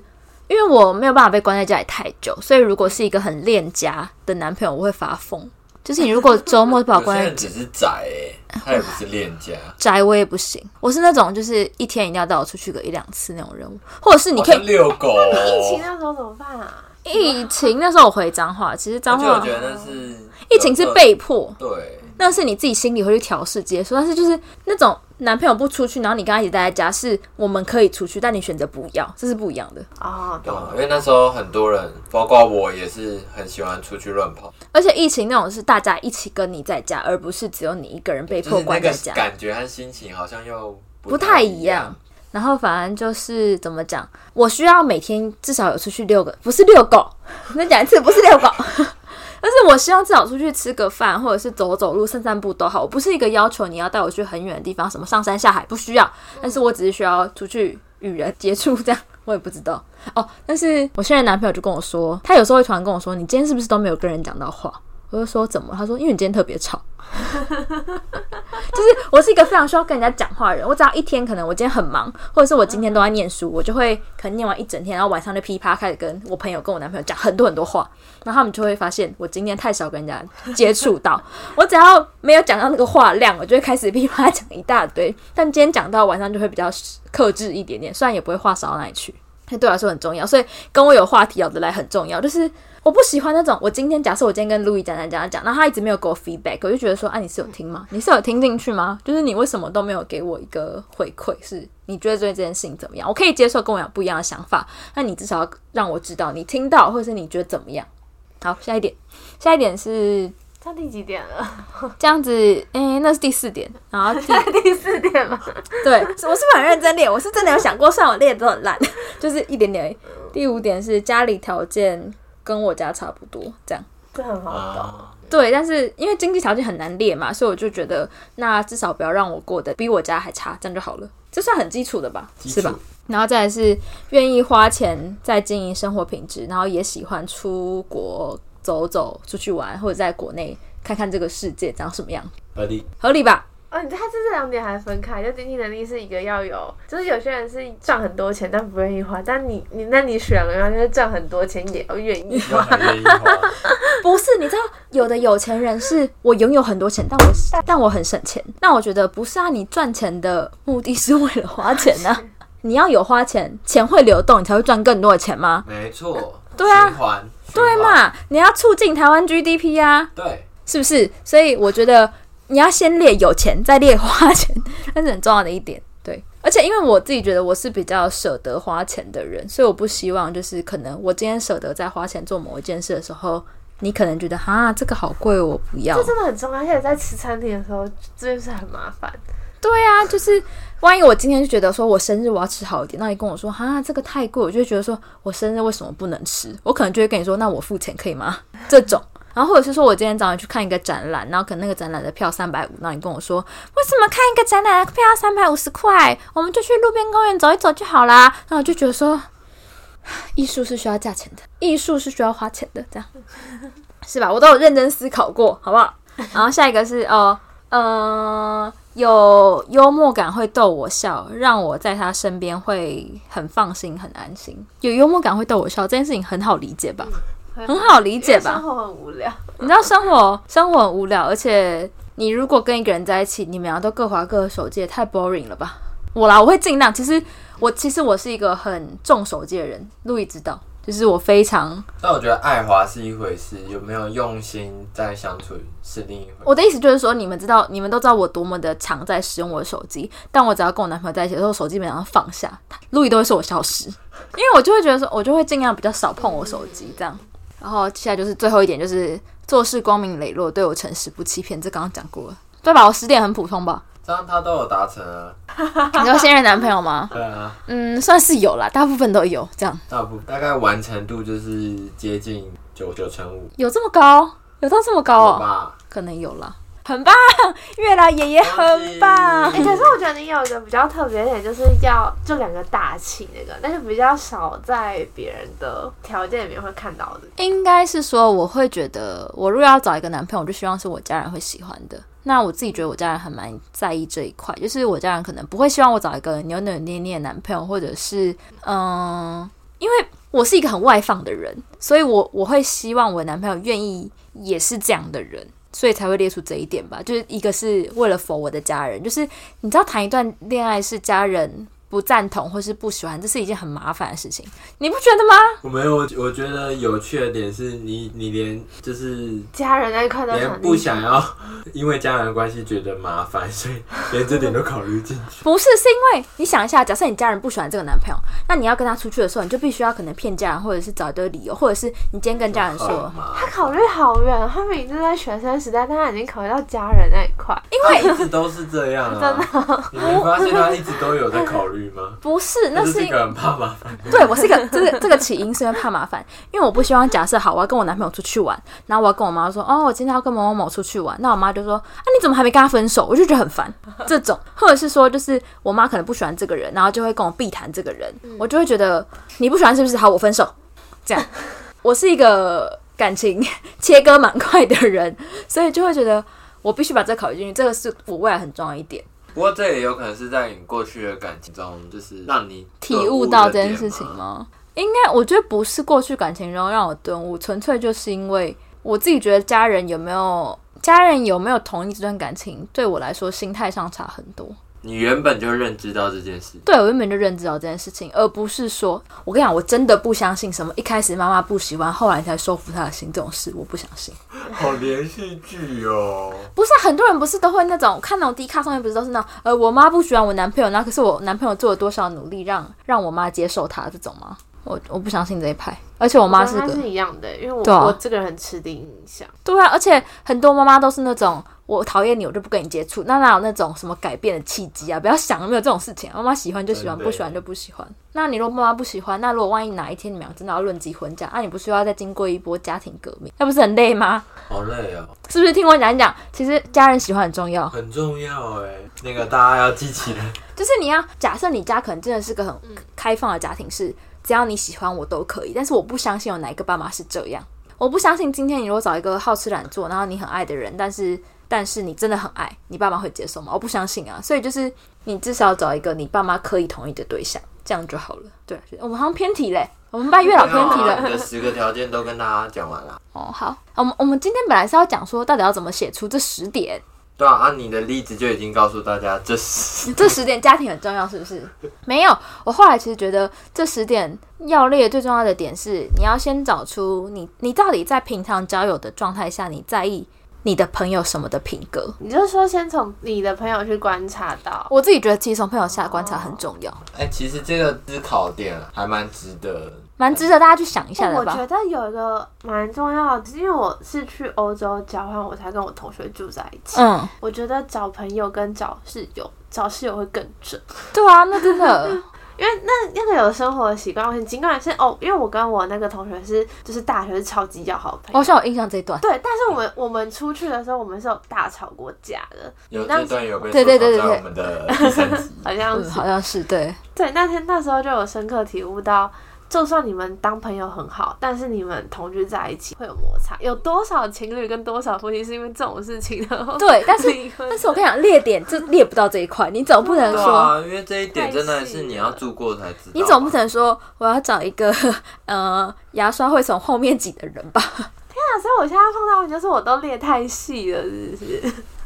Speaker 2: 因为我没有办法被关在家里太久，所以如果是一个很恋家的男朋友，我会发疯。就是你如果周末把我
Speaker 3: 有
Speaker 2: 关
Speaker 3: 些
Speaker 2: 在
Speaker 3: 人 只是宅、欸，他也不是恋家。
Speaker 2: 宅，我也不行。我是那种就是一天一定要带我出去个一两次那种人物，或者是 你
Speaker 3: 好
Speaker 2: 可
Speaker 3: 像
Speaker 2: 以
Speaker 3: 遛狗、
Speaker 1: 疫情
Speaker 3: 哦，
Speaker 1: 那时候怎么办啊？
Speaker 2: 疫情那时候我回彰化，其实
Speaker 3: 而
Speaker 2: 彰
Speaker 3: 且我
Speaker 2: 化
Speaker 3: 觉得那是
Speaker 2: 疫情是被迫，
Speaker 3: 对，
Speaker 2: 那是你自己心里会去调试接受，但是就是那种男朋友不出去，然后你跟他一起待在家，是我们可以出去，但你选择不要，这是不一样的。
Speaker 1: 哦，
Speaker 3: 懂啊了，因为那时候很多人，包括我也是很喜欢出去乱跑，
Speaker 2: 而且疫情那种是大家一起跟你在家，而不是只有你一个人被
Speaker 3: 就
Speaker 2: 迫
Speaker 3: 是那
Speaker 2: 关在
Speaker 3: 个
Speaker 2: 家，
Speaker 3: 感觉和心情好像又
Speaker 2: 不太
Speaker 3: 太
Speaker 2: 一样
Speaker 3: 样。。
Speaker 2: 然后反正就是怎么讲，我需要每天至少有出去遛个，不是遛狗， 那讲一次不是遛狗， 但是我希望至少出去吃个饭，或者是走走路、散散步都好。我不是一个要求你要带我去很远的地方，什么上山下海不需要，但是我只是需要出去与人接触，这样 我也不知道哦。但是我现在男朋友就跟我说，他有时候会突然跟我说，你今天是不是都没有跟人讲到话？我就说怎么？他说因为你今天特别吵。就是我是一个非常需要跟人家讲话的人，我只要一天可能我今天很忙，或者是我今天都在念书，我就会可能念完一整天，然后晚上就噼啪开始跟我朋友跟我男朋友讲很多很多话，然后他们就会发现我今天太少跟人家接触到，我只要没有讲到那个话量，我就会开始噼啪讲一大堆，但今天讲到晚上就会比较克制一点点，虽然也不会话少到哪里去。那对我来说很重要，所以跟我有话题聊得来很重要。就是我不喜欢那种，我今天假设我今天跟路易讲讲讲讲，然后他一直没有给我 feedback，我就觉得说，啊，你是有听吗？你是有听进去吗？就是你为什么都没有给我一个回馈？是你觉得对这件事情怎么样？我可以接受跟我有不一样的想法，那你至少要让我知道你听到，或者是你觉得怎么样。好，下一点，下一点是
Speaker 1: 到第几点了？
Speaker 2: 这样子，诶、那是第四点，然后 第
Speaker 1: 第四点了。
Speaker 2: 对，我是不是很认真列？我是真的有想过，虽然我列的都很烂，就是一点点而已。第五点是家里条件跟我家差不多，这样。
Speaker 1: 这很好懂。
Speaker 3: 啊，
Speaker 2: 对，但是因为经济条件很难列嘛，所以我就觉得，那至少不要让我过得比我家还差，这样就好了。这算很基础的吧，
Speaker 3: 基础
Speaker 2: 是吧？然后再来是愿意花钱在经营生活品质，然后也喜欢出国走走、出去玩，或者在国内看看这个世界长什么样，
Speaker 5: 合理。。
Speaker 2: 合理吧？
Speaker 1: 哦，你知道他这这两点还分开，就经济能力是一个要有，就是有些人是赚很多钱但不愿意花，但你你那你选了然后就是赚很多钱也要愿意
Speaker 5: 要很愿意花，
Speaker 2: 不是，你知道有的有钱人是我拥有很多钱，但我但我很省钱。那我觉得不是啊，你赚钱的目的是为了花钱呢、你要有花钱，钱会流动，你才会赚更多的钱吗？
Speaker 3: 没错，
Speaker 2: 对啊
Speaker 3: 循环，
Speaker 2: 对
Speaker 3: 循环？
Speaker 2: 嘛？你要促进台湾 GDP 啊，
Speaker 3: 对，
Speaker 2: 是不是？所以我觉得你要先列有钱，再列花钱， 那是很重要的一点。对，而且因为我自己觉得我是比较舍得花钱的人，所以我不希望就是可能我今天舍得在花钱做某一件事的时候，你可能觉得哈这个好贵，我不要
Speaker 1: 这。真的很重要，而且在吃餐厅的时候，这就是很麻烦。
Speaker 2: 对啊，就是万一我今天就觉得说我生日我要吃好一点，那你跟我说哈这个太贵，我就会觉得说我生日为什么不能吃？我可能就会跟你说那我付钱可以吗？ 这种。然后或者是说我今天早上去看一个展览，然后可能那个展览的票三百五，那你跟我说为什么看一个展览的票要三百五十块？我们就去路边公园走一走就好啦。然后我就觉得说，啊艺术是需要价钱的，艺术是需要花钱的，这样是吧？我都有认真思考过，好不好？然后下一个是哦，呃，有幽默感会逗我笑，让我在他身边会很放心、很安心。有幽默感会逗我笑这件事情很好理解吧？很好理解吧
Speaker 1: 因为生活很无聊，
Speaker 2: 你知道生活生活很无聊，而且你如果跟一个人在一起，你们俩都各划各的手机，也太 boring 了吧？我啦，我会尽量。其实我其实我是一个很重手机的人，路易知道，就是我非常
Speaker 3: 但我觉得爱华是一回事，有没有用心在相处是另一回事。
Speaker 2: 我的意思就是说，你们知道，你们都知道我多么的常在使用我的手机，但我只要跟我男朋友在一起的时候，手机基本上放下，路易都会说我消失，因为我就会觉得说，我就会尽量比较少碰我手机这样。然后接下来就是最后一点，就是做事光明磊落，对我诚实不欺骗，这刚刚讲过了，对吧？我十点很普通吧？
Speaker 3: 这样他都有达成啊，
Speaker 2: 你说现任男朋友吗？
Speaker 3: 对啊，
Speaker 2: 嗯，算是有啦，大部分都有这样，
Speaker 3: 大部大概完成度就是接近九九成五
Speaker 2: 有这么高，有到这么高
Speaker 3: 有
Speaker 2: 哦，
Speaker 3: 吧。
Speaker 2: 可能有啦，很棒，月老爷爷很棒。
Speaker 1: 哎、可是我觉得你有一个比较特别的点，就是要就两个大气那个，但是比较少在别人的条件里面会看到的。
Speaker 2: 应该是说，我会觉得，我如果要找一个男朋友，我就希望是我家人会喜欢的。那我自己觉得我家人还蛮在意这一块，就是我家人可能不会希望我找一个扭扭捏捏的男朋友，或者是嗯，因为我是一个很外放的人，所以我我会希望我男朋友愿意也是这样的人。所以才会列出这一点吧，就是一个是为了否我的家人，就是你知道谈一段恋爱是家人不赞同或是不喜欢，这是一件很麻烦的事情，你不觉得吗？
Speaker 3: 我没有，我我觉得有趣的点是你，你连就是
Speaker 1: 家人那一块都
Speaker 3: 连
Speaker 1: 很
Speaker 3: 不想要， 因为家人的关系觉得麻烦，所以连这点都考虑进 去。
Speaker 2: 不是，是因为你想一下，假设你家人不喜欢这个男朋友，那你要跟他出去的时候，你就必须要可能骗家人，或者是找一堆理由，或者是你今天跟家人说，
Speaker 3: 嘛，
Speaker 1: 他考虑好远，他明明就在学生时代，但他已经考虑到家人那一块。
Speaker 3: 因为一直都是这样 啊。你没发现他一直都有在考虑 吗？
Speaker 2: 不是，那
Speaker 3: 就是是
Speaker 2: 因
Speaker 3: 这个很怕麻烦。
Speaker 2: 对我是一个这个这个起因是因为怕麻烦，因为我不希望假设好，我要跟我男朋友出去玩，然后我要跟我妈说，哦，我今天要跟某某某出去玩，那我妈就说，啊，你怎么还没跟他分手？我就觉得很烦这种，或者是说就是我妈可能不喜欢这个人，然后就会跟我避谈这个人，我就会觉得你不喜欢是不是？好，我分手，这样，我是一个感情切割蛮快的人，所以就会觉得我必须把这考虑进去，这个是我未来很重要一点。
Speaker 3: 不过这也有可能是在你过去的感情中，就是让你
Speaker 2: 体悟到这件事情？吗？应该，我觉得不是过去感情中让我顿悟，纯粹就是因为我自己觉得家人有没有家人有没有同意这段感情，对我来说心态上差很多。
Speaker 3: 你原本就认知到这件事，
Speaker 2: 对我原本就认知到这件事情，而不是说我跟你讲，我真的不相信什么一开始妈妈不喜欢，后来才收服她的心这种事，我不相信。
Speaker 3: 好连续剧哦。
Speaker 2: 不是啊、很多人不是都会那种看那种 D 卡上面不是都是那种呃我妈不喜欢我男朋友，然后可是我男朋友做了多少努力让让我妈接受他这种吗？我我不相信这一派，而且我
Speaker 1: 我
Speaker 2: 妈
Speaker 1: 跟
Speaker 2: 是
Speaker 1: 他
Speaker 2: 个
Speaker 1: 是一样的，因为我、
Speaker 2: 对啊
Speaker 1: 我这个人很吃定印象。
Speaker 2: 对啊，而且很多妈妈都是那种我讨厌你，我就不跟你接触，那哪有那种什么改变的契机啊？不要想没有这种事情啊、妈妈喜欢就喜欢，
Speaker 3: 真的
Speaker 2: 不喜欢就不喜欢。那你如果妈妈不喜欢，那如果万一哪一天你们俩真的要论及婚嫁，啊那、你不是要再经过一波家庭革命，那不是很累吗？
Speaker 3: 好累哦，
Speaker 2: 是不是？听我讲一讲，其实家人喜欢很重要，
Speaker 3: 很重要哎，那个大家要记起来。
Speaker 2: 就是你要假设你家可能真的是个很开放的家庭，是只要你喜欢我都可以，但是我不相信有哪一个爸妈是这样。我不相信今天你如果找一个好吃懒做，然后你很爱的人，但是但是你真的很爱，你爸妈会接受吗？我不相信啊。所以就是你至少找一个你爸妈可以同意的对象，这样就好了。对，我们好像偏题嘞，我们拜月老偏题了。
Speaker 3: 你的十个条件都跟大家讲完了。
Speaker 2: 哦，好，我们我们今天本来是要讲说到底要怎么写出这十点，
Speaker 3: 对啊，按你的例子就已经告诉大家，这是
Speaker 2: 这十点家庭很重要，是不是？没有，我后来其实觉得这十点要列最重要的点是，你要先找出你你到底在平常交友的状态下，你在意你的朋友什么的品格。
Speaker 1: 你就说先从你的朋友去观察到，
Speaker 2: 我自己觉得，其实从朋友下观察很重要，
Speaker 3: 哎、其实这个思考点啊还蛮值得。
Speaker 2: 蛮值得大家去想一下的
Speaker 1: 我
Speaker 2: 吧
Speaker 1: 觉。得有一个蛮重要的，因为我是去欧洲交换，我才跟我同学住在一起。
Speaker 2: 嗯，
Speaker 1: 我觉得找朋友跟找室友，找室友会更准，
Speaker 2: 对啊，那真的
Speaker 1: 因为那那个有生活的习惯问题，尽管是哦，因为我跟我那个同学是就是大学是超级要好的朋友。
Speaker 2: 我好像有印象这一段。
Speaker 1: 对，但是我们我们出去的时候，我们是有大吵过架的，
Speaker 3: 有
Speaker 1: 那
Speaker 3: 这段有被
Speaker 2: 对对对对
Speaker 3: 收藏在我们的第三 集，
Speaker 1: 好像
Speaker 2: 嗯，
Speaker 1: 是
Speaker 2: 好像是对，
Speaker 1: 对，那天那时候就有深刻体悟到，就算你们当朋友很好，但是你们同居在一起会有摩擦。有多少情侣跟多少夫妻是因为这种事情然 后
Speaker 2: 对但是
Speaker 1: 离婚
Speaker 2: 但是我跟你讲，列点这列不到这一块，你总不能
Speaker 3: 对
Speaker 2: 说、
Speaker 3: 啊，因为这一点真的是你要住过才知道。啊
Speaker 2: 你 总不可能说我要找一个呃牙刷会从后面挤的人吧？
Speaker 1: 啊，所以我现在碰到就是我都列太细了，是不是？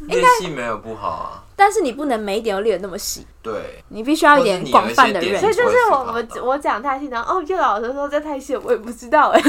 Speaker 3: 练戏没有不好啊，
Speaker 2: 但是你不能每一点都列得那么细，
Speaker 3: 对，
Speaker 2: 你必须要
Speaker 3: 或
Speaker 2: 有
Speaker 3: 是
Speaker 2: 点
Speaker 3: 你有
Speaker 2: 广
Speaker 3: 一些
Speaker 2: 泛的
Speaker 3: 点
Speaker 2: 认
Speaker 1: 所以
Speaker 2: 知，
Speaker 1: 就是我
Speaker 3: 我也是
Speaker 1: 我我讲太细，然后哦，叶老师说这太细，我也不知道哎、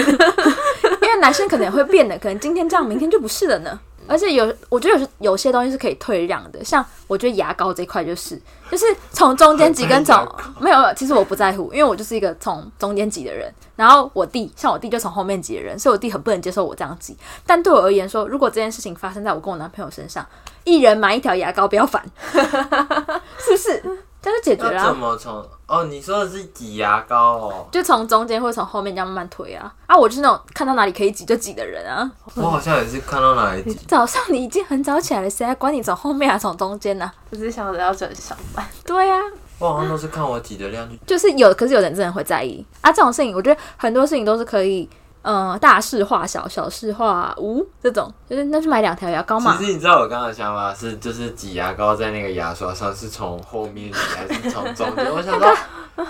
Speaker 2: 因为男生可能也会变的，可能今天这样，明天就不是了呢。而且有，我觉得有些有些东西是可以退让的，像我觉得牙膏这块就是，就是从中间挤跟
Speaker 3: 很
Speaker 2: 从
Speaker 3: 在
Speaker 2: 没有，没有其实我不在乎，因为我就是一个从中间挤的人。然后我弟，像我弟就从后面挤的人，所以我弟很不能接受我这样挤。但对我而言说，如果这件事情发生在我跟我男朋友身上，一人买一条牙膏，不要烦， 是不是？这就解决了啊、
Speaker 3: 要怎么从哦？你说的是挤牙膏哦，
Speaker 2: 就从中间或者从后面这样慢慢推啊。啊，我就是那种看到哪里可以挤就挤的人啊。
Speaker 3: 我好像也是看到哪里挤，
Speaker 2: 早上你已经很早起来了，谁还管你从后面还是从中间 呢、啊
Speaker 1: 我只是想着要准时上班。
Speaker 2: 对呀、
Speaker 3: 我好像都是看我挤的量去。
Speaker 2: 就是有，可是有人真的会在意啊。这种事情，我觉得很多事情都是可以，呃，大事化小，小事化无。这种就是那就买两条牙膏嘛
Speaker 3: 其。实你知道我刚刚的想法是，就是挤牙膏在那个牙刷上是从后面挤还是从 中间？我想说，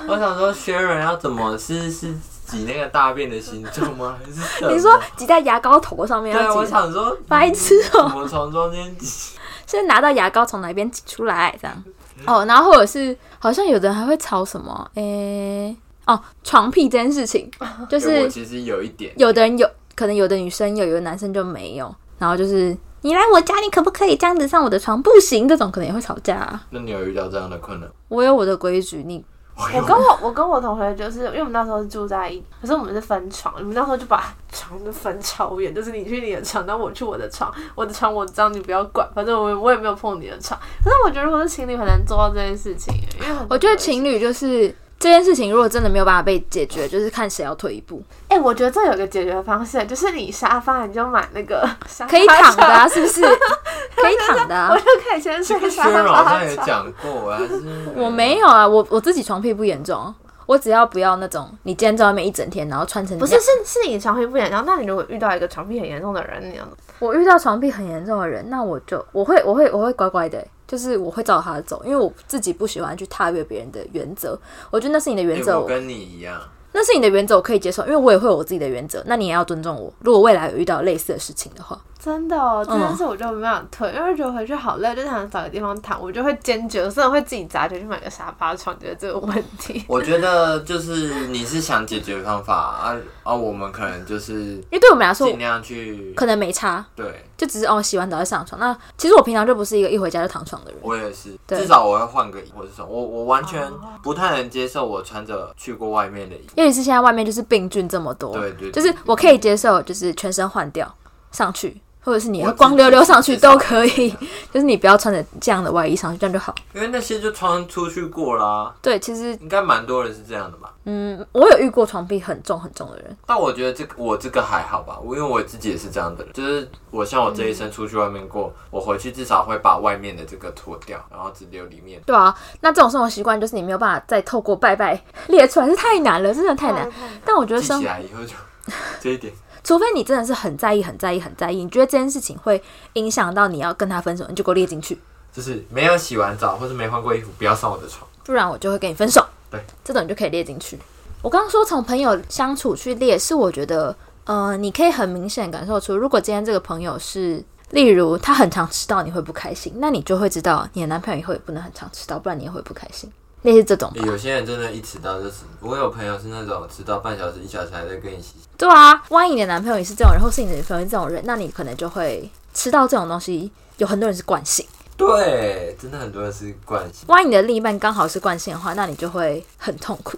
Speaker 3: 我想说薛仁要怎么是是挤那个大便的形状吗？还是什么
Speaker 2: 你说挤在牙膏头上面
Speaker 3: 对，啊
Speaker 2: 要
Speaker 3: 我
Speaker 2: 挤吗，
Speaker 3: 想说
Speaker 2: 白痴
Speaker 3: 怎
Speaker 2: 哦、
Speaker 3: 么从中间挤？
Speaker 2: 是拿到牙膏从哪边挤出来这样。哦，然后或者是好像有的人还会吵什么，诶、哦，床屁这件事情，就
Speaker 3: 对
Speaker 2: 是
Speaker 3: 我其实有一点，
Speaker 2: 有的人有，可能有的女生有，有的男生就没有。然后就是你来我家，你可不可以这样子上我的床？不行，这种可能也会吵架、啊。
Speaker 3: 那你有遇到这样的困难？
Speaker 2: 我有我的规矩，你
Speaker 1: 我跟我我跟我同学就是，因为我们那时候是住在一，可是我们是分床，我们那时候就把床都分超远，就是你去你的床，然后我去我的床，我的床我知道你不要管，反正我也我也没有碰你的床。可是我觉得如果是情侣很难做到这件事情，因为很多
Speaker 2: 我觉得
Speaker 1: 人
Speaker 2: 情侣就是这件事情，如果真的没有办法被解决，就是看谁要退一步，
Speaker 1: 哎、我觉得这有个解决方式，就是你沙发你就买那个 沙发
Speaker 2: 可以躺的、
Speaker 1: 床
Speaker 2: 啊，是不是？ 可以躺的、啊
Speaker 1: 我。就可以先睡
Speaker 3: 薛
Speaker 1: 沙
Speaker 3: 仁好
Speaker 1: 发
Speaker 3: 像有
Speaker 1: 床。
Speaker 3: 讲过，还是
Speaker 2: 我没有啊，我我自己床屁不严重，我只要不要那种你今天在外面一整天，然后穿成
Speaker 1: 不
Speaker 2: 那
Speaker 1: 是，
Speaker 2: 样
Speaker 1: 是是你床皮不严重，那你如果遇到一个床皮很严重的人，你要
Speaker 2: 我遇到床屁很严重的人，那我就我会我会我会乖乖的、就是我会照他的走，因为我自己不喜欢去踏越别人的原则。我觉得那是你的原
Speaker 3: 哎
Speaker 2: 则，
Speaker 3: 我跟你一样，
Speaker 2: 那是你的原则，我可以接受，因为我也会有我自己的原则。那你也要尊重我。如果未来有遇到类似的事情的话，
Speaker 1: 真的哦，这
Speaker 2: 嗯
Speaker 1: 件事我就没办法退，因为觉得回去好累，就想找个地方躺，我就会坚决，我真的会自己砸钱去买个沙发床，解决这个问 题。
Speaker 3: 我觉得就是你是想解决方法啊啊，我们可能就是
Speaker 2: 因为对我们来说
Speaker 3: 尽量去
Speaker 2: 可能没差，
Speaker 3: 对。
Speaker 2: 就只是哦洗完澡再上床。那其实我平常就不是一个一回家就躺床的人。
Speaker 3: 我也是，
Speaker 2: 对哦
Speaker 3: 至少我会换个衣服，或者说我我完全不太能接受我穿着去过外面的衣服。
Speaker 2: 尤其是现在外面就是病菌这么多，
Speaker 3: 对对对
Speaker 2: 就是我可以接受，就是全身换掉上去，或者是你要
Speaker 3: 我
Speaker 2: 光溜溜上去都可
Speaker 3: 自己
Speaker 2: 以
Speaker 3: 是这，
Speaker 2: 就是你不要穿着这样的外衣上去，这样就好。
Speaker 3: 因为那些就穿出去过啦，
Speaker 2: 对，其实
Speaker 3: 应该蛮多人是这样的吧。
Speaker 2: 嗯，我有遇过床屁很重很重的人，
Speaker 3: 但我觉得这个我这个还好吧，我因为我自己也是这样的人，就是我像我这一生出去外面过，我回去至少会把外面的这个脱掉，然后只留里面。
Speaker 2: 对啊，那这种生活习惯就是你没有办法再透过拜 拜列出来，是太难了，真的太难。
Speaker 1: 嗯
Speaker 2: 但我觉得
Speaker 3: 记
Speaker 2: 生
Speaker 3: 起来以后就 这一点，
Speaker 2: 除非你真的是很在意、很在意、很在意，你觉得这件事情会影响到你要跟他分手，你就给我列进去，
Speaker 3: 就是没有洗完澡或是没换过衣服，不要上我的床。
Speaker 2: 不然我就会跟你分手。
Speaker 3: 对，
Speaker 2: 这种你就可以列进去。我刚刚说从朋友相处去列，是我觉得，呃，你可以很明显感受出，如果今天这个朋友是，例如他很常迟到，你会不开心，那你就会知道你的男朋友以后也不能很常迟到，不然你也会不开心。类似这种吧
Speaker 3: 欸有些人真的一迟到就死，我有朋友是那种迟到半小时、一小时还在跟你洗。
Speaker 2: 对啊，万一你的男朋友也是这种人，或是你的女朋友是这种人，那你可能就会吃到这种东西。有很多人是惯性，
Speaker 3: 对，真的很多人是惯性。
Speaker 2: 万一你的另一半刚好是惯性的话，那你就会很痛苦。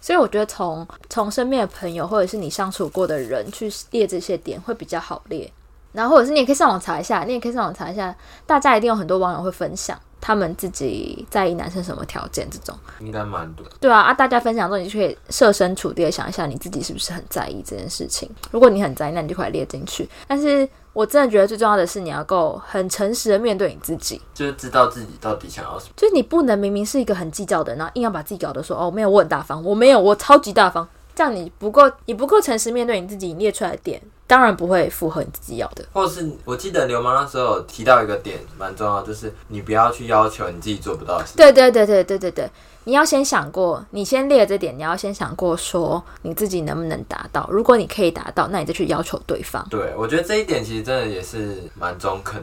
Speaker 2: 所以我觉得从从身边的朋友或者是你相处过的人去列这些点会比较好列。然后或者是你也可以上网查一下，你也可以上网查一下，大家一定有很多网友会分享他们自己在意男生什么条件这种。
Speaker 3: 应该蛮多。
Speaker 2: 对啊，啊，大家分享之后，你就可以设身处地的想一下，你自己是不是很在意这件事情？如果你很在意，那你就快列进去。但是我真的觉得最重要的是，你要够很诚实的面对你自己，
Speaker 3: 就是知道自己到底想要什么。
Speaker 2: 就是你不能明明是一个很计较的人，然后硬要把自己搞得说哦，没有，我很大方，我没有，我超级大方，这样你不够，你不够诚实面对你自己，你列出来的点当然不会符合你自己要的。
Speaker 3: 或是我记得流氓那时候有提到一个点蛮重要，就是你不要去要求你自己做不到的事。
Speaker 2: 对对对对对对对，你要先想过，你先列这点，你要先想过说你自己能不能达到。如果你可以达到，那你再去要求对方。
Speaker 3: 对，我觉得这一点其实真的也是蛮中肯。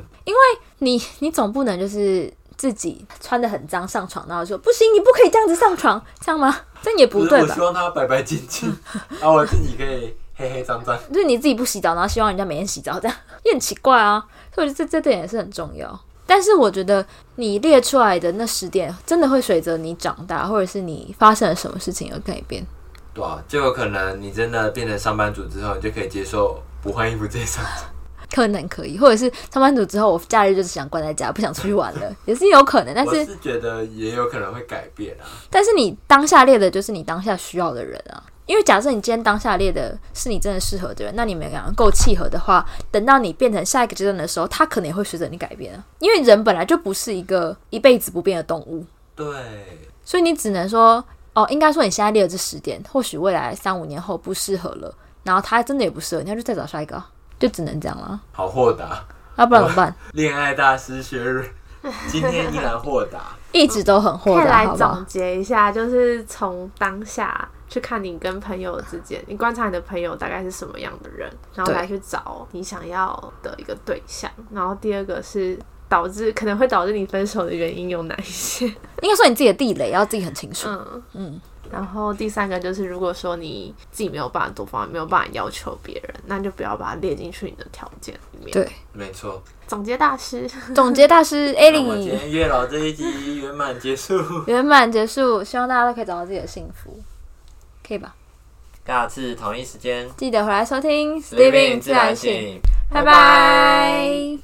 Speaker 2: 你 你总不能就是自己穿的很脏上床，然后说不行，你不可以这样子上床，这样吗？这样也不
Speaker 3: 可
Speaker 2: 对
Speaker 3: 是我
Speaker 2: 吧
Speaker 3: 希？望他白白净净，啊，我自己可以黑黑脏脏。
Speaker 2: 就是你自己不洗澡，然后希望人家每天洗澡，这样也很奇怪啊。 所以我觉得这这点也是很重要。但是我觉得你列出来的那十点，真的会随着你长大，或者是你发生了什么事情而改变。
Speaker 3: 对啊，就有可能你真的变成上班族之后，你就可以接受不换衣服这一上场。
Speaker 2: 可能可以，或者是上班族之后，我假日就是想关在家，不想出去玩了，也是有可能。但
Speaker 3: 我
Speaker 2: 是
Speaker 3: 是觉得也有可能会改变啊。
Speaker 2: 但是你当下列的就是你当下需要的人啊。因为假设你今天当下列的是你真的适合的人，那你们两个够契合的话，等到你变成下一个阶段的时候，他可能也会随着你改变啊。因为人本来就不是一个一辈子不变的动物，
Speaker 3: 对，
Speaker 2: 所以你只能说，哦，应该说你现在列的这十点，或许未来三五年后不适合了，然后他真的也不适合，你要去再找下一个啊，就只能这样了，
Speaker 3: 好豁达，
Speaker 2: 要不然怎 么办？
Speaker 3: 恋爱大师薛 瑞，今天依然豁达。
Speaker 2: 一直都很豁
Speaker 1: 可以
Speaker 2: 达，
Speaker 1: 来
Speaker 2: 好不好
Speaker 1: 总？结一下，就是从当下去看你跟朋友之间，你观察你的朋友大概是什么样的人，然后
Speaker 2: 对
Speaker 1: 来去找你想要的一个对象。然后第二个是导致可能会导致你分手的原因有哪一些？
Speaker 2: 应该说你自己的地雷要自己很清楚。
Speaker 1: 嗯
Speaker 2: 嗯
Speaker 1: 嗯。然后第三个就是，如果说你自己没有办法多方面，没有办法要求别人，那就不要把它列进去你的条件里面。
Speaker 2: 对，
Speaker 3: 没错，
Speaker 1: 总结大师，
Speaker 2: 总结大师
Speaker 3: 那我
Speaker 2: Ali
Speaker 3: 今。天月老这一集圆满结束，
Speaker 2: 圆满结束，希望大家都可以找到自己的幸福，可以吧？
Speaker 3: 下次同一时间
Speaker 2: 记得回来收听《
Speaker 3: 随
Speaker 2: Sleeping
Speaker 3: 便
Speaker 2: 自然醒》，拜
Speaker 3: 拜
Speaker 2: 拜。